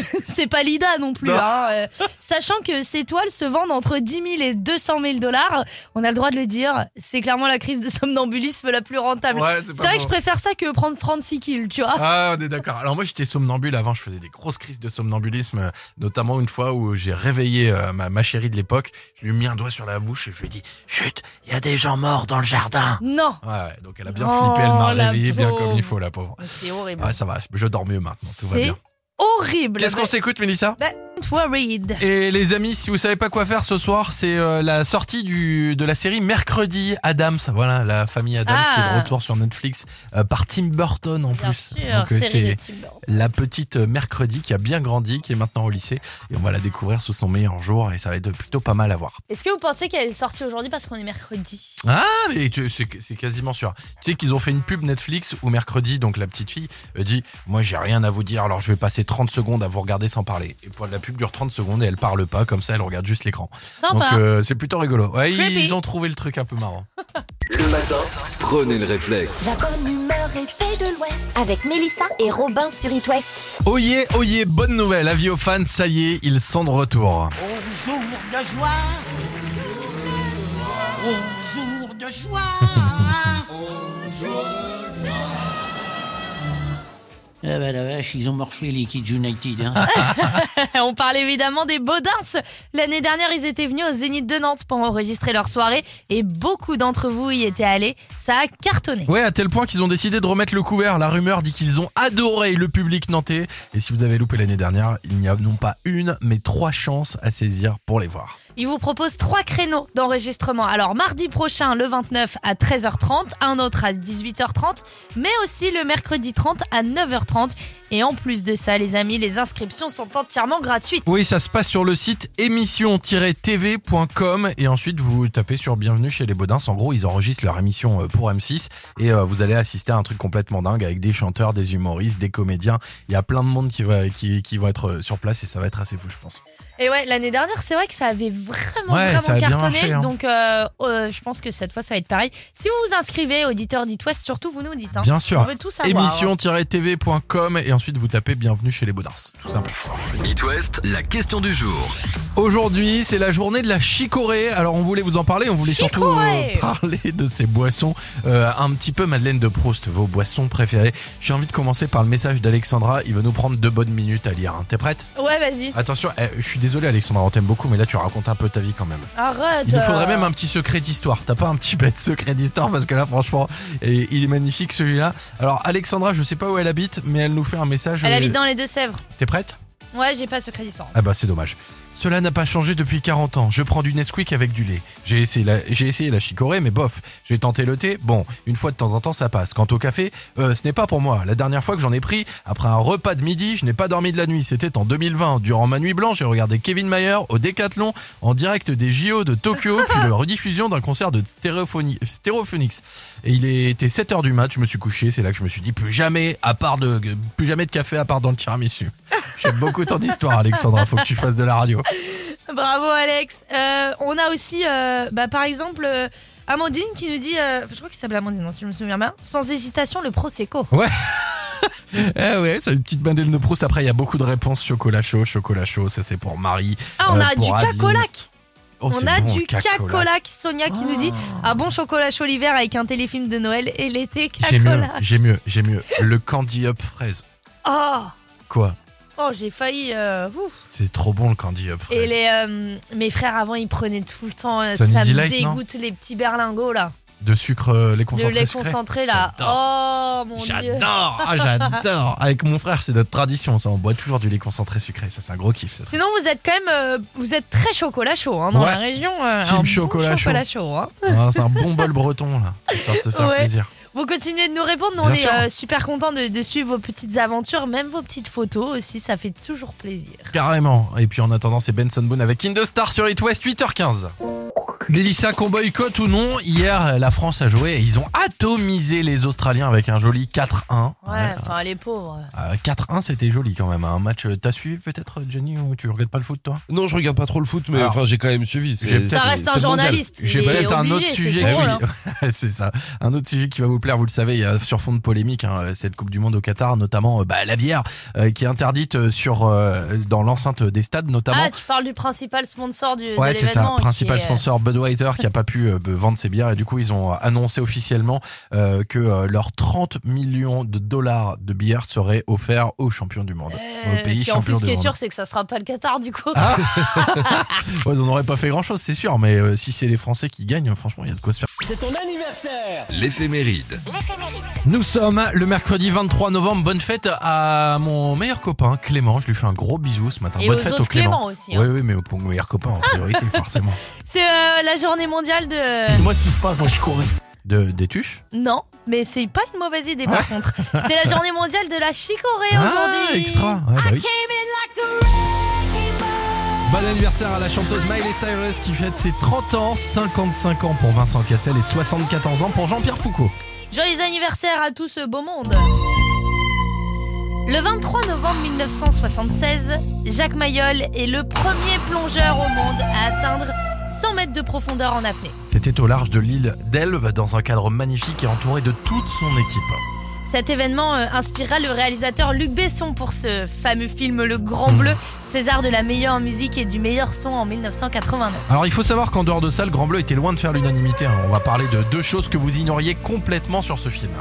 Speaker 4: (laughs) c'est pas l'IDA non plus.
Speaker 3: Non.
Speaker 4: hein, euh, Sachant que ces toiles se vendent entre 10 000 et 200 000 dollars, on a le droit de le dire. C'est clairement la crise de somnambulisme la plus rentable.
Speaker 3: Ouais, c'est
Speaker 4: C'est
Speaker 3: pas
Speaker 4: vrai
Speaker 3: faux.
Speaker 4: que je préfère ça que prendre 36 kills, tu vois.
Speaker 3: Ah, on est d'accord. Alors moi, j'étais somnambule avant. Je faisais des grosses crises de somnambulisme, euh, notamment une fois où j'ai réveillé euh, ma, ma chérie de l'époque. Je lui ai mis un doigt sur la bouche et je lui ai dit "Chut, il y a des gens morts dans le jardin."
Speaker 4: Non.
Speaker 3: Ouais, ouais, donc elle a bien
Speaker 4: Oh,
Speaker 3: flippé. Elle m'a
Speaker 4: la
Speaker 3: réveillé bien
Speaker 4: pauvre.
Speaker 3: comme il faut, la pauvre.
Speaker 4: Ah, C'est horrible.
Speaker 3: Ouais, ça va. Je dors mieux maintenant. Tout va
Speaker 4: C'est
Speaker 3: bien.
Speaker 4: Horrible.
Speaker 3: Qu'est-ce qu'on s'écoute, Mélissa
Speaker 4: Bah, Don't worried.
Speaker 3: Et les amis, si vous savez pas quoi faire ce soir, c'est euh, la sortie du, de la série Mercredi Adams. Voilà, la famille Adams qui est
Speaker 4: Ah.
Speaker 3: de retour sur Netflix euh, par Tim Burton en
Speaker 4: Bien
Speaker 3: plus.
Speaker 4: sûr,
Speaker 3: Donc, euh,
Speaker 4: série
Speaker 3: c'est-
Speaker 4: de Tim Burton.
Speaker 3: la petite mercredi qui a bien grandi, qui est maintenant au lycée. Et on va la découvrir sous son meilleur jour et ça va être plutôt pas mal à voir.
Speaker 4: Est-ce que vous pensez qu'elle est sortie aujourd'hui parce qu'on est mercredi
Speaker 3: Ah, mais tu- c'est c'est quasiment sûr. Tu sais qu'ils ont fait une pub Netflix où mercredi, donc la petite fille euh, dit Moi j'ai rien à vous dire, alors je vais passer 30 secondes à vous regarder sans parler. Et pour la pub dure 30 secondes et elle parle pas, comme ça elle regarde juste l'écran. Donc
Speaker 4: Sympa.
Speaker 3: euh, c'est plutôt rigolo. Ouais,
Speaker 4: Creepy.
Speaker 3: ils ont trouvé le truc un peu marrant.
Speaker 1: Le matin, prenez le réflexe.
Speaker 2: La bonne humeur et paix de l'Ouest avec Mélissa et Robin sur It West.
Speaker 3: Oyez, oyez, bonne nouvelle, avis aux fans, ça y est, ils sont de retour.
Speaker 5: Au jour de joie. Au jour de joie. Au jour de Eh ben, Ah bah la vache, ils ont morflé les Kids United. Hein.
Speaker 4: (laughs) On parle évidemment des Baudins. L'année dernière, ils étaient venus au Zénith de Nantes pour enregistrer leur soirée et beaucoup d'entre vous y étaient allés. Ça a cartonné.
Speaker 3: Ouais, à tel point qu'ils ont décidé de remettre le couvert. La rumeur dit qu'ils ont adoré le public nantais. Et si vous avez loupé l'année dernière, il n'y a non pas une, mais trois chances à saisir pour les voir.
Speaker 4: Ils vous proposent trois créneaux d'enregistrement. Alors mardi prochain, le 29 à 13h30, un autre à 18h30, mais aussi le mercredi 30 à 9h30. Et en plus de ça, les amis, les inscriptions sont entièrement gratuites.
Speaker 3: Oui, ça se passe sur le site émission-tv.com et ensuite vous tapez sur Bienvenue chez les Baudins. En gros, ils enregistrent leur émission euh, pour M6 et euh, vous allez assister à un truc complètement dingue avec des chanteurs, des humoristes, des comédiens. Il y a plein de monde qui, va, qui, qui vont être euh, sur place et ça va être assez fou, je pense.
Speaker 4: Et ouais, l'année dernière, c'est vrai que ça avait vraiment,
Speaker 3: Ouais, ça a
Speaker 4: vraiment
Speaker 3: bien
Speaker 4: cartonné.
Speaker 3: marché, hein.
Speaker 4: Donc, euh, euh, je pense que cette fois, ça va être pareil. Si vous vous inscrivez, auditeur d'It West, surtout, vous nous dites. hein.
Speaker 3: Bien sûr.
Speaker 4: On veut tout savoir.
Speaker 3: Émission-tv.com et ensuite vous tapez Bienvenue chez les Baudins. Tout simple.
Speaker 1: It West, la question du jour.
Speaker 3: Aujourd'hui, c'est la journée de la chicorée. Alors, on voulait vous en parler. On voulait surtout
Speaker 4: Chicorée.
Speaker 3: euh, (laughs) parler de ces boissons. Euh, un petit peu Madeleine de Proust, vos boissons préférées. J'ai envie de commencer par le message d'Alexandra. Il va nous prendre deux bonnes minutes à lire. hein. T'es prête
Speaker 4: Ouais, vas-y.
Speaker 3: Attention, eh, je suis désolé, Alexandra, on t'aime beaucoup, mais là, tu racontes un peu ta vie quand même.
Speaker 4: Arrête.
Speaker 3: Il nous faudrait
Speaker 4: euh,
Speaker 3: même un petit secret d'histoire. T'as pas un petit bête secret d'histoire parce que là, franchement, et- il est magnifique celui-là. Alors, Alexandra, je sais pas où elle habite, mais elle nous fait un message.
Speaker 4: Elle
Speaker 3: euh,
Speaker 4: habite dans les Deux-Sèvres.
Speaker 3: T'es prête
Speaker 4: Ouais, j'ai pas secret d'histoire.
Speaker 3: Ah bah, c'est dommage. Cela n'a pas changé depuis 40 ans. Je prends du Nesquik avec du lait. J'ai essayé la, j'ai essayé la chicorée, mais bof. J'ai tenté le thé. Bon, une fois de temps en temps, ça passe. Quant au café, euh, ce n'est pas pour moi. La dernière fois que j'en ai pris, après un repas de midi, je n'ai pas dormi de la nuit. C'était en 2020. Durant ma nuit blanche, j'ai regardé Kevin Mayer au Décathlon en direct des JO de Tokyo, puis la rediffusion d'un concert de Stéréophoni- Stéréophonix. Et il était 7 heures du mat. Je me suis couché. C'est là que je me suis dit plus jamais, à part de, plus jamais de café à part dans le tiramisu. J'aime beaucoup ton histoire, Alexandra. Faut que tu fasses de la radio.
Speaker 4: Bravo, Alex. Euh, on a aussi, euh, bah, par exemple, euh, Amandine qui nous dit. euh, je crois qu'il s'appelle Amandine, hein, si je me souviens bien. Sans hésitation, le Prosecco.
Speaker 3: Eh ouais, c'est une petite Madeleine de Proust. Après, il y a beaucoup de réponses chocolat chaud, chocolat chaud. Ça, c'est pour Marie.
Speaker 4: Ah, on
Speaker 3: Euh,
Speaker 4: a
Speaker 3: pour
Speaker 4: du
Speaker 3: Adeline.
Speaker 4: cacolac.
Speaker 3: Oh,
Speaker 4: on
Speaker 3: c'est
Speaker 4: a
Speaker 3: bon,
Speaker 4: du
Speaker 3: cacolac. Ah.
Speaker 4: cacolac. Sonia qui nous dit un bon chocolat chaud l'hiver avec un téléfilm de Noël et l'été
Speaker 3: J'ai mieux,
Speaker 4: cacolac.
Speaker 3: j'ai mieux, j'ai mieux. Le candy up fraise.
Speaker 4: Oh,
Speaker 3: Quoi
Speaker 4: oh j'ai failli. euh, ouf.
Speaker 3: C'est trop bon le candy up
Speaker 4: Et
Speaker 3: fraise.
Speaker 4: les, euh, mes frères avant, ils prenaient tout le temps. euh,
Speaker 3: Sunny
Speaker 4: ça me
Speaker 3: Delight, non
Speaker 4: dégoûte les petits berlingots là,
Speaker 3: De sucre, euh, les
Speaker 4: de
Speaker 3: concentrés.
Speaker 4: lait
Speaker 3: sucrés.
Speaker 4: concentré là. Oh mon dieu.
Speaker 3: J'adore, ah, j'adore. Avec mon frère, c'est notre tradition. Ça, on boit toujours du lait concentré sucré. Ça, c'est un gros kiff. ça.
Speaker 4: Sinon, vous êtes quand même, euh, vous êtes très chocolat chaud hein, dans
Speaker 3: Ouais.
Speaker 4: la région. euh,
Speaker 3: Team
Speaker 4: un bon
Speaker 3: chocolat chaud.
Speaker 4: chocolat chaud. hein.
Speaker 3: Ah, c'est un bon bol breton là, histoire de se faire
Speaker 4: Ouais.
Speaker 3: plaisir.
Speaker 4: Vous continuez de nous répondre, nous, on
Speaker 3: Bien
Speaker 4: est
Speaker 3: sûr.
Speaker 4: euh, super contents de, de suivre vos petites aventures, même vos petites photos aussi, ça fait toujours plaisir.
Speaker 3: Carrément. Et puis en attendant, c'est Benson Boone avec Indostar sur It West, 8h15. Mélissa, qu'on boycotte ou non, hier la France a joué et ils ont atomisé les Australiens avec un joli 4-1.
Speaker 4: Ouais, enfin, les pauvres.
Speaker 3: Euh, 4-1, c'était joli quand même. hein. Un match, euh, t'as suivi peut-être, Jenny, ou tu regardes pas le foot toi
Speaker 11: Non, je regarde pas trop le foot, mais
Speaker 3: Alors,
Speaker 11: enfin, j'ai quand même suivi. C'est-
Speaker 3: j'ai peut-être-
Speaker 11: c'est-
Speaker 4: Ça reste
Speaker 11: c'est
Speaker 4: un
Speaker 11: le mondial.
Speaker 4: journaliste.
Speaker 3: J'ai
Speaker 4: il est
Speaker 3: peut-être un
Speaker 4: obligé,
Speaker 3: autre
Speaker 4: c'est
Speaker 3: sujet
Speaker 4: son
Speaker 3: qui-
Speaker 4: rôle, hein.
Speaker 3: (laughs) c'est ça. Un autre sujet qui va vous plaire, vous le savez, il y a sur fond de polémique hein, cette Coupe du Monde au Qatar, notamment euh, bah, la bière euh, qui est interdite euh, sur euh, dans l'enceinte des stades, notamment.
Speaker 4: Ah, tu parles du principal sponsor du,
Speaker 3: Ouais,
Speaker 4: de
Speaker 3: c'est ça.
Speaker 4: l'événement. qui
Speaker 3: Principal
Speaker 4: est- euh,
Speaker 3: sponsor Budweiser qui a pas pu euh, (laughs) vendre ses bières et du coup ils ont annoncé officiellement euh, que euh, leurs 30 millions de dollars de bières seraient offerts aux champions du monde,
Speaker 4: Euh,
Speaker 3: aux pays
Speaker 4: qui en
Speaker 3: champions
Speaker 4: plus, ce
Speaker 3: du
Speaker 4: qui est
Speaker 3: monde.
Speaker 4: sûr, c'est que ça sera pas le Qatar du coup.
Speaker 3: Ah.
Speaker 4: Eh.
Speaker 3: Ouais, ils n'auraient pas fait grand chose, c'est sûr, mais euh, si c'est les Français qui gagnent, franchement, il y a de quoi se faire.
Speaker 5: C'est ton anniversaire
Speaker 1: L'éphéméride.
Speaker 3: Nous sommes le mercredi 23 novembre. Bonne fête à mon meilleur copain Clément. Je lui fais un gros bisou ce matin.
Speaker 4: Et
Speaker 3: Bonne
Speaker 4: aux
Speaker 3: fête
Speaker 4: autres
Speaker 3: au Clément.
Speaker 4: Clément aussi, hein.
Speaker 3: Oui, oui, mais au mon meilleur copain
Speaker 4: (laughs)
Speaker 3: en priorité, forcément.
Speaker 4: C'est euh, la journée mondiale de.
Speaker 5: Moi, ce qui se passe, moi, je suis couru.
Speaker 3: De, des tuches
Speaker 4: Non, mais c'est pas une mauvaise idée par contre. C'est la journée mondiale de la chicorée
Speaker 3: Ah,
Speaker 4: aujourd'hui.
Speaker 3: extra. Ouais, bah oui. Bon anniversaire à la chanteuse Miley Cyrus qui fête ses 30 ans, 55 ans pour Vincent Cassel et 74 ans pour Jean-Pierre Foucault.
Speaker 4: Joyeux anniversaire à tout ce beau monde. Le 23 novembre 1976, Jacques Mayol est le premier plongeur au monde à atteindre 100 mètres de profondeur en apnée.
Speaker 3: C'était au large de l'île d'Elbe dans un cadre magnifique et entouré de toute son équipe.
Speaker 4: Cet événement euh, inspira le réalisateur Luc Besson pour ce fameux film Le Grand Bleu, César de la meilleure musique et du meilleur son en 1989.
Speaker 3: Alors il faut savoir qu'en dehors de ça, le Grand Bleu était loin de faire l'unanimité. hein. On va parler de deux choses que vous ignoriez complètement sur ce film.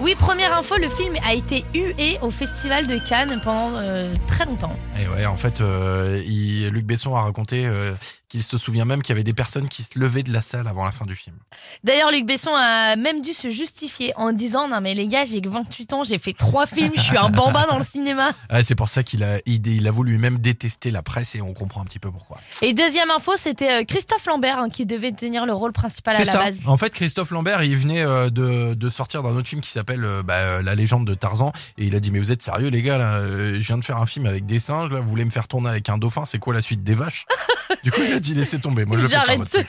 Speaker 4: Oui, première info, le film a été hué au Festival de Cannes pendant euh, très longtemps.
Speaker 3: Et ouais, en fait, euh, il- Luc Besson a raconté euh, qu'il se souvient même qu'il y avait des personnes qui se levaient de la salle avant la fin du film.
Speaker 4: D'ailleurs, Luc Besson a même dû se justifier en disant Non, mais les gars, j'ai que 28 ans, j'ai fait trois films, je suis un bambin dans le cinéma.
Speaker 3: Ouais, c'est pour ça qu'il a, il, il a voulu même détester la presse et on comprend un petit peu pourquoi.
Speaker 4: Et deuxième info, c'était euh, Christophe Lambert hein, qui devait tenir le rôle principal à la
Speaker 3: ça.
Speaker 4: base.
Speaker 3: En fait, Christophe Lambert, il venait euh, de, de sortir d'un autre film qui s'appelle euh, bah, euh, La légende de Tarzan. Et il a dit Mais vous êtes sérieux, les gars là Euh, Je viens de faire un film avec des singes. Là, vous voulez me faire tourner avec un dauphin C'est quoi la suite des
Speaker 4: (laughs)
Speaker 3: vaches Du coup, il a dit Laissez tomber. Moi, je le fais pas,
Speaker 4: J'arrête.
Speaker 3: votre film.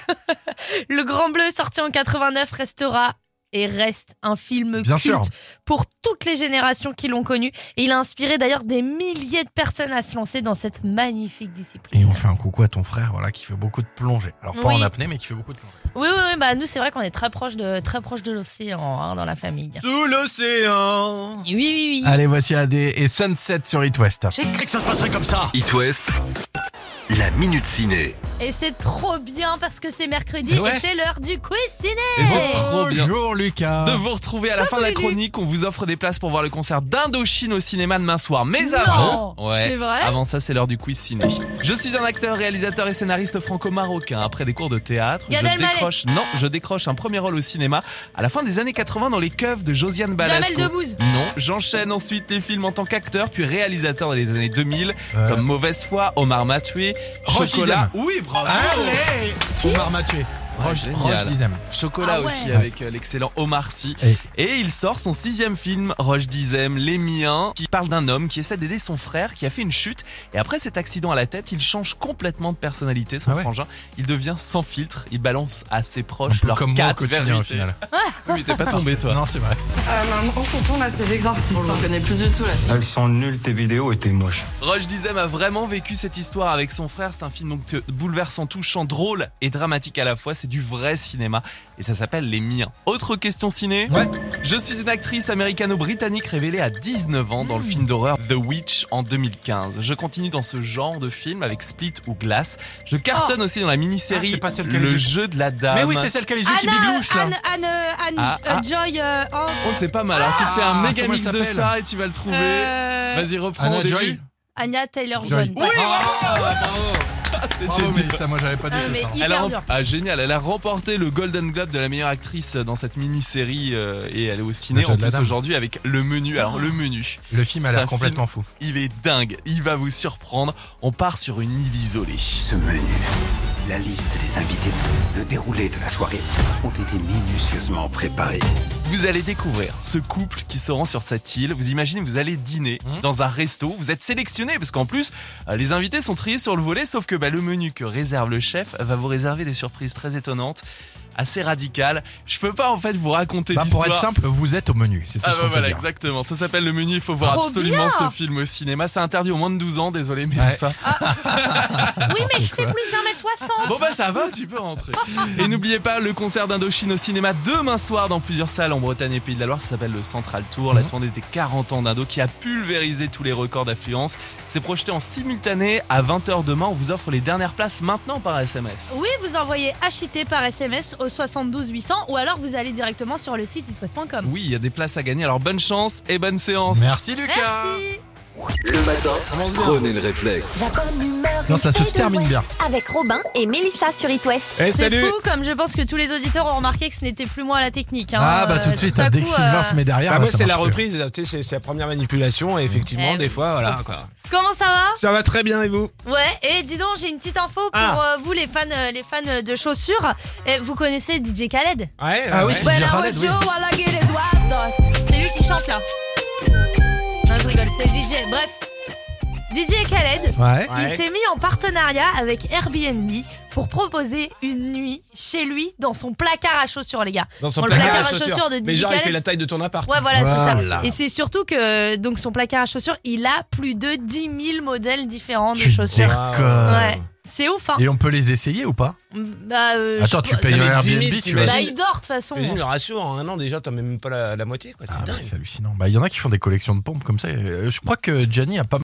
Speaker 4: le Grand Bleu, sorti en 89, restera et reste un film
Speaker 3: Bien
Speaker 4: culte
Speaker 3: sûr.
Speaker 4: pour toutes les générations qui l'ont connu. Et il a inspiré d'ailleurs des milliers de personnes à se lancer dans cette magnifique discipline.
Speaker 3: Et on fait un coucou à ton frère voilà, qui fait beaucoup de plongée. Alors, pas
Speaker 4: Oui.
Speaker 3: en apnée, mais qui fait beaucoup de plongée.
Speaker 4: Oui, oui, oui, bah nous c'est vrai qu'on est très proche de très proche de l'océan hein, dans la famille.
Speaker 3: Sous l'océan
Speaker 4: Oui, oui, oui.
Speaker 3: Allez, voici AD et Sunset sur It West.
Speaker 5: J'ai cru que ça se passerait comme ça.
Speaker 1: It West, la minute ciné.
Speaker 4: Et c'est trop bien parce que c'est mercredi
Speaker 3: Ouais.
Speaker 4: et c'est l'heure du quiz ciné.
Speaker 6: Et c'est trop bien.
Speaker 3: Bonjour, Lucas.
Speaker 6: de vous retrouver à la fin de la chronique. On vous offre des places pour voir le concert d'Indochine au cinéma demain soir. Mais
Speaker 4: Non,
Speaker 6: avant,
Speaker 4: c'est vrai
Speaker 6: avant ça, c'est l'heure du quiz ciné. Je suis un acteur, réalisateur et scénariste franco-marocain. Après des cours de théâtre,
Speaker 4: Gad
Speaker 6: je
Speaker 4: Elmaleh.
Speaker 6: décroche, non, je décroche un premier rôle au cinéma à la fin des années 80 dans les caves de Josiane
Speaker 4: Jamel
Speaker 6: Balasco.
Speaker 4: Debbouze.
Speaker 6: Non, j'enchaîne ensuite les films en tant qu'acteur puis réalisateur dans les années 2000
Speaker 3: Euh.
Speaker 6: comme Mauvaise foi, Omar Mathieu,
Speaker 3: Roche
Speaker 6: Chocolat. Oui, bravo.
Speaker 3: Allez Omar Mathieu. Roche,
Speaker 6: génial.
Speaker 3: Roche Dizem.
Speaker 6: Chocolat
Speaker 4: Ah ouais.
Speaker 6: aussi avec euh, l'excellent Omar Sy. Et il sort son sixième film, Roche Dizem, Les Miens, qui parle d'un homme qui essaie d'aider son frère qui a fait une chute. Et après cet accident à la tête, il change complètement de personnalité, son
Speaker 3: Ah ouais.
Speaker 6: frangin. Il devient sans filtre, il balance à ses
Speaker 3: Un
Speaker 6: proches
Speaker 3: peu
Speaker 6: leur
Speaker 3: comme moi au
Speaker 6: 4 vers
Speaker 3: quotidien, au
Speaker 6: huit.
Speaker 3: final.
Speaker 6: Oui, t'es pas tombé, toi.
Speaker 3: Non, c'est vrai.
Speaker 12: maman, tonton, là, c'est l'exorciste. On le connaît plus du tout, là.
Speaker 8: Elles sont nulles, tes vidéos et tes moches.
Speaker 6: Roche Dizem a vraiment vécu cette histoire avec son frère. C'est un film donc te- bouleversant, touchant, drôle et dramatique à la fois. C'est du vrai cinéma et ça s'appelle Les Miens. Autre question ciné
Speaker 3: Ouais.
Speaker 6: Je suis une actrice américano-britannique révélée à 19 ans
Speaker 3: Hmm.
Speaker 6: dans le film d'horreur The Witch en 2015. Je continue dans ce genre de film avec Split ou Glass. Je cartonne aussi dans la
Speaker 3: Ah,
Speaker 6: mini-série
Speaker 3: c'est pas celle qu'elle
Speaker 6: Le
Speaker 3: joue.
Speaker 6: jeu de la dame.
Speaker 3: Mais oui, c'est celle qui a les yeux qui
Speaker 4: Anna,
Speaker 3: biglouchent, là.
Speaker 4: Anne, Anne, euh, Anne,
Speaker 6: Ah,
Speaker 4: euh,
Speaker 6: ah.
Speaker 4: Joy, euh, oh,
Speaker 6: Oh, c'est pas mal. Alors, tu fais un
Speaker 3: Ah, comment
Speaker 6: méga
Speaker 3: elle
Speaker 6: mix de
Speaker 3: s'appelle
Speaker 6: ça et tu vas le trouver.
Speaker 4: euh,
Speaker 6: Vas-y, reprends. au
Speaker 3: Anna
Speaker 6: début.
Speaker 3: Joy
Speaker 4: Anya Taylor
Speaker 3: Joy.
Speaker 4: Joy.
Speaker 3: Oui, ah, bravo
Speaker 6: Ah, c'était
Speaker 3: Bravo,
Speaker 6: dur.
Speaker 3: mais ça, moi, j'avais pas du
Speaker 4: Ah,
Speaker 3: tout
Speaker 4: mais
Speaker 3: ça.
Speaker 4: il-
Speaker 6: Elle a
Speaker 4: Hyper
Speaker 6: rem-
Speaker 4: dur.
Speaker 6: ah, génial, elle a remporté le Golden Globe de la meilleure actrice dans cette mini-série euh, et elle est au
Speaker 3: Le
Speaker 6: ciné
Speaker 3: jeu
Speaker 6: en
Speaker 3: de la
Speaker 6: plus
Speaker 3: dame.
Speaker 6: aujourd'hui avec le menu. Alors le menu,
Speaker 3: Le film a
Speaker 6: C'est un
Speaker 3: l'air complètement fou.
Speaker 6: il est dingue, il va vous surprendre. On part sur une île isolée.
Speaker 10: Ce menu, la liste des invités, le déroulé de la soirée ont été minutieusement préparés.
Speaker 6: Vous allez découvrir ce couple qui se rend sur cette île. Vous imaginez, vous allez dîner
Speaker 3: Mhm.
Speaker 6: dans un resto. Vous êtes sélectionné parce qu'en plus, euh, les invités sont triés sur le volet. Sauf que bah, le menu que réserve le chef va vous réserver des surprises très étonnantes, assez radicales. Je peux pas en fait vous raconter
Speaker 3: Bah, pour
Speaker 6: l'histoire.
Speaker 3: être simple, vous êtes au menu, c'est tout
Speaker 6: Ah
Speaker 3: ce
Speaker 6: bah
Speaker 3: qu'on peut
Speaker 6: voilà,
Speaker 3: dire.
Speaker 6: exactement. Ça s'appelle le menu. Il faut voir
Speaker 4: Trop
Speaker 6: absolument
Speaker 4: bien
Speaker 6: ce film au cinéma. C'est interdit au moins de 12 ans. Désolé, mais
Speaker 3: Ouais. Ah,
Speaker 6: ça.
Speaker 4: Oui, mais
Speaker 3: (laughs)
Speaker 4: je fais plus d'un mètre soixante.
Speaker 6: Bon bah ça va, tu peux rentrer. Et n'oubliez pas le concert d'Indochine au cinéma demain soir dans plusieurs salles en Bretagne et Pays de la Loire. Ça s'appelle le Central Tour. La
Speaker 3: Mhm.
Speaker 6: tournée des 40 ans d'Indo qui a pulvérisé tous les records d'affluence. C'est projeté en simultané à 20h demain. On vous offre les dernières places maintenant par SMS.
Speaker 4: Oui, vous envoyez HIT par SMS au 72 800 ou alors vous allez directement sur le site itwest.com.
Speaker 6: Oui, il y a des places à gagner. Alors bonne chance et bonne séance.
Speaker 3: Merci Lucas.
Speaker 4: Merci.
Speaker 1: Le matin,
Speaker 6: Commence bien.
Speaker 1: prenez le réflexe.
Speaker 2: La bonne humeur
Speaker 3: Non,
Speaker 2: et
Speaker 3: ça se
Speaker 2: paix de
Speaker 3: termine
Speaker 2: l'Ouest
Speaker 3: bien.
Speaker 2: Avec Robin et Mélissa sur It West.
Speaker 3: Eh,
Speaker 4: C'est
Speaker 3: salut
Speaker 4: fou comme je pense que tous les auditeurs ont remarqué que ce n'était plus moi à la technique. hein.
Speaker 3: Ah bah
Speaker 4: Euh,
Speaker 3: tout de suite,
Speaker 4: à
Speaker 3: dès
Speaker 4: coup,
Speaker 3: que Sylvain
Speaker 4: euh,
Speaker 3: se met derrière,
Speaker 13: Bah,
Speaker 3: bah,
Speaker 13: moi,
Speaker 3: ça
Speaker 13: c'est la
Speaker 3: marche plus.
Speaker 13: reprise, tu sais, c'est- c'est la première manipulation, et effectivement,
Speaker 4: Eh
Speaker 13: des
Speaker 4: oui.
Speaker 13: fois, voilà. Quoi.
Speaker 4: Comment ça va
Speaker 13: Ça va très bien, et vous
Speaker 4: Ouais, et dis donc, j'ai une petite info pour
Speaker 13: Ah.
Speaker 4: euh, vous les fans euh, les fans de chaussures. Eh, vous connaissez DJ Khaled
Speaker 13: Ouais,
Speaker 3: Ah oui,
Speaker 13: ouais.
Speaker 3: DJ Khaled, oui.
Speaker 4: C'est lui qui chante là. Non, je rigole, c'est le DJ. Bref. DJ Khaled,
Speaker 13: Ouais.
Speaker 4: il s'est mis en partenariat avec Airbnb pour proposer une nuit chez lui dans son placard à chaussures, les gars.
Speaker 13: Dans son
Speaker 4: Bon, le
Speaker 13: placard,
Speaker 4: placard
Speaker 13: à
Speaker 4: à chaussures de
Speaker 13: Mais
Speaker 4: DJ
Speaker 13: genre, il fait
Speaker 4: Khaled,
Speaker 13: la taille de ton appart.
Speaker 4: Ouais, voilà, c'est
Speaker 3: Voilà.
Speaker 4: ça. Et c'est surtout que donc son placard à chaussures, il a plus de 10 000 modèles différents de
Speaker 3: Tu
Speaker 4: chaussures.
Speaker 3: déconnes.
Speaker 4: Ouais. C'est ouf, hein.
Speaker 3: Et on peut les essayer ou pas
Speaker 4: Bah, euh, je-
Speaker 3: Attends, tu payes
Speaker 13: Non,
Speaker 3: un
Speaker 13: mais 10 000,
Speaker 3: Airbnb, tu vas.
Speaker 13: t'imagines
Speaker 4: Bah, il dort de toute façon.
Speaker 13: T'imagines le ratio en un an déjà, t'en mets même pas la, la moitié, quoi. C'est
Speaker 3: Ah, bah,
Speaker 13: dingue.
Speaker 3: c'est hallucinant. Bah, il y en a qui font des collections de pompes comme ça. Euh, Je crois que Gianni a pas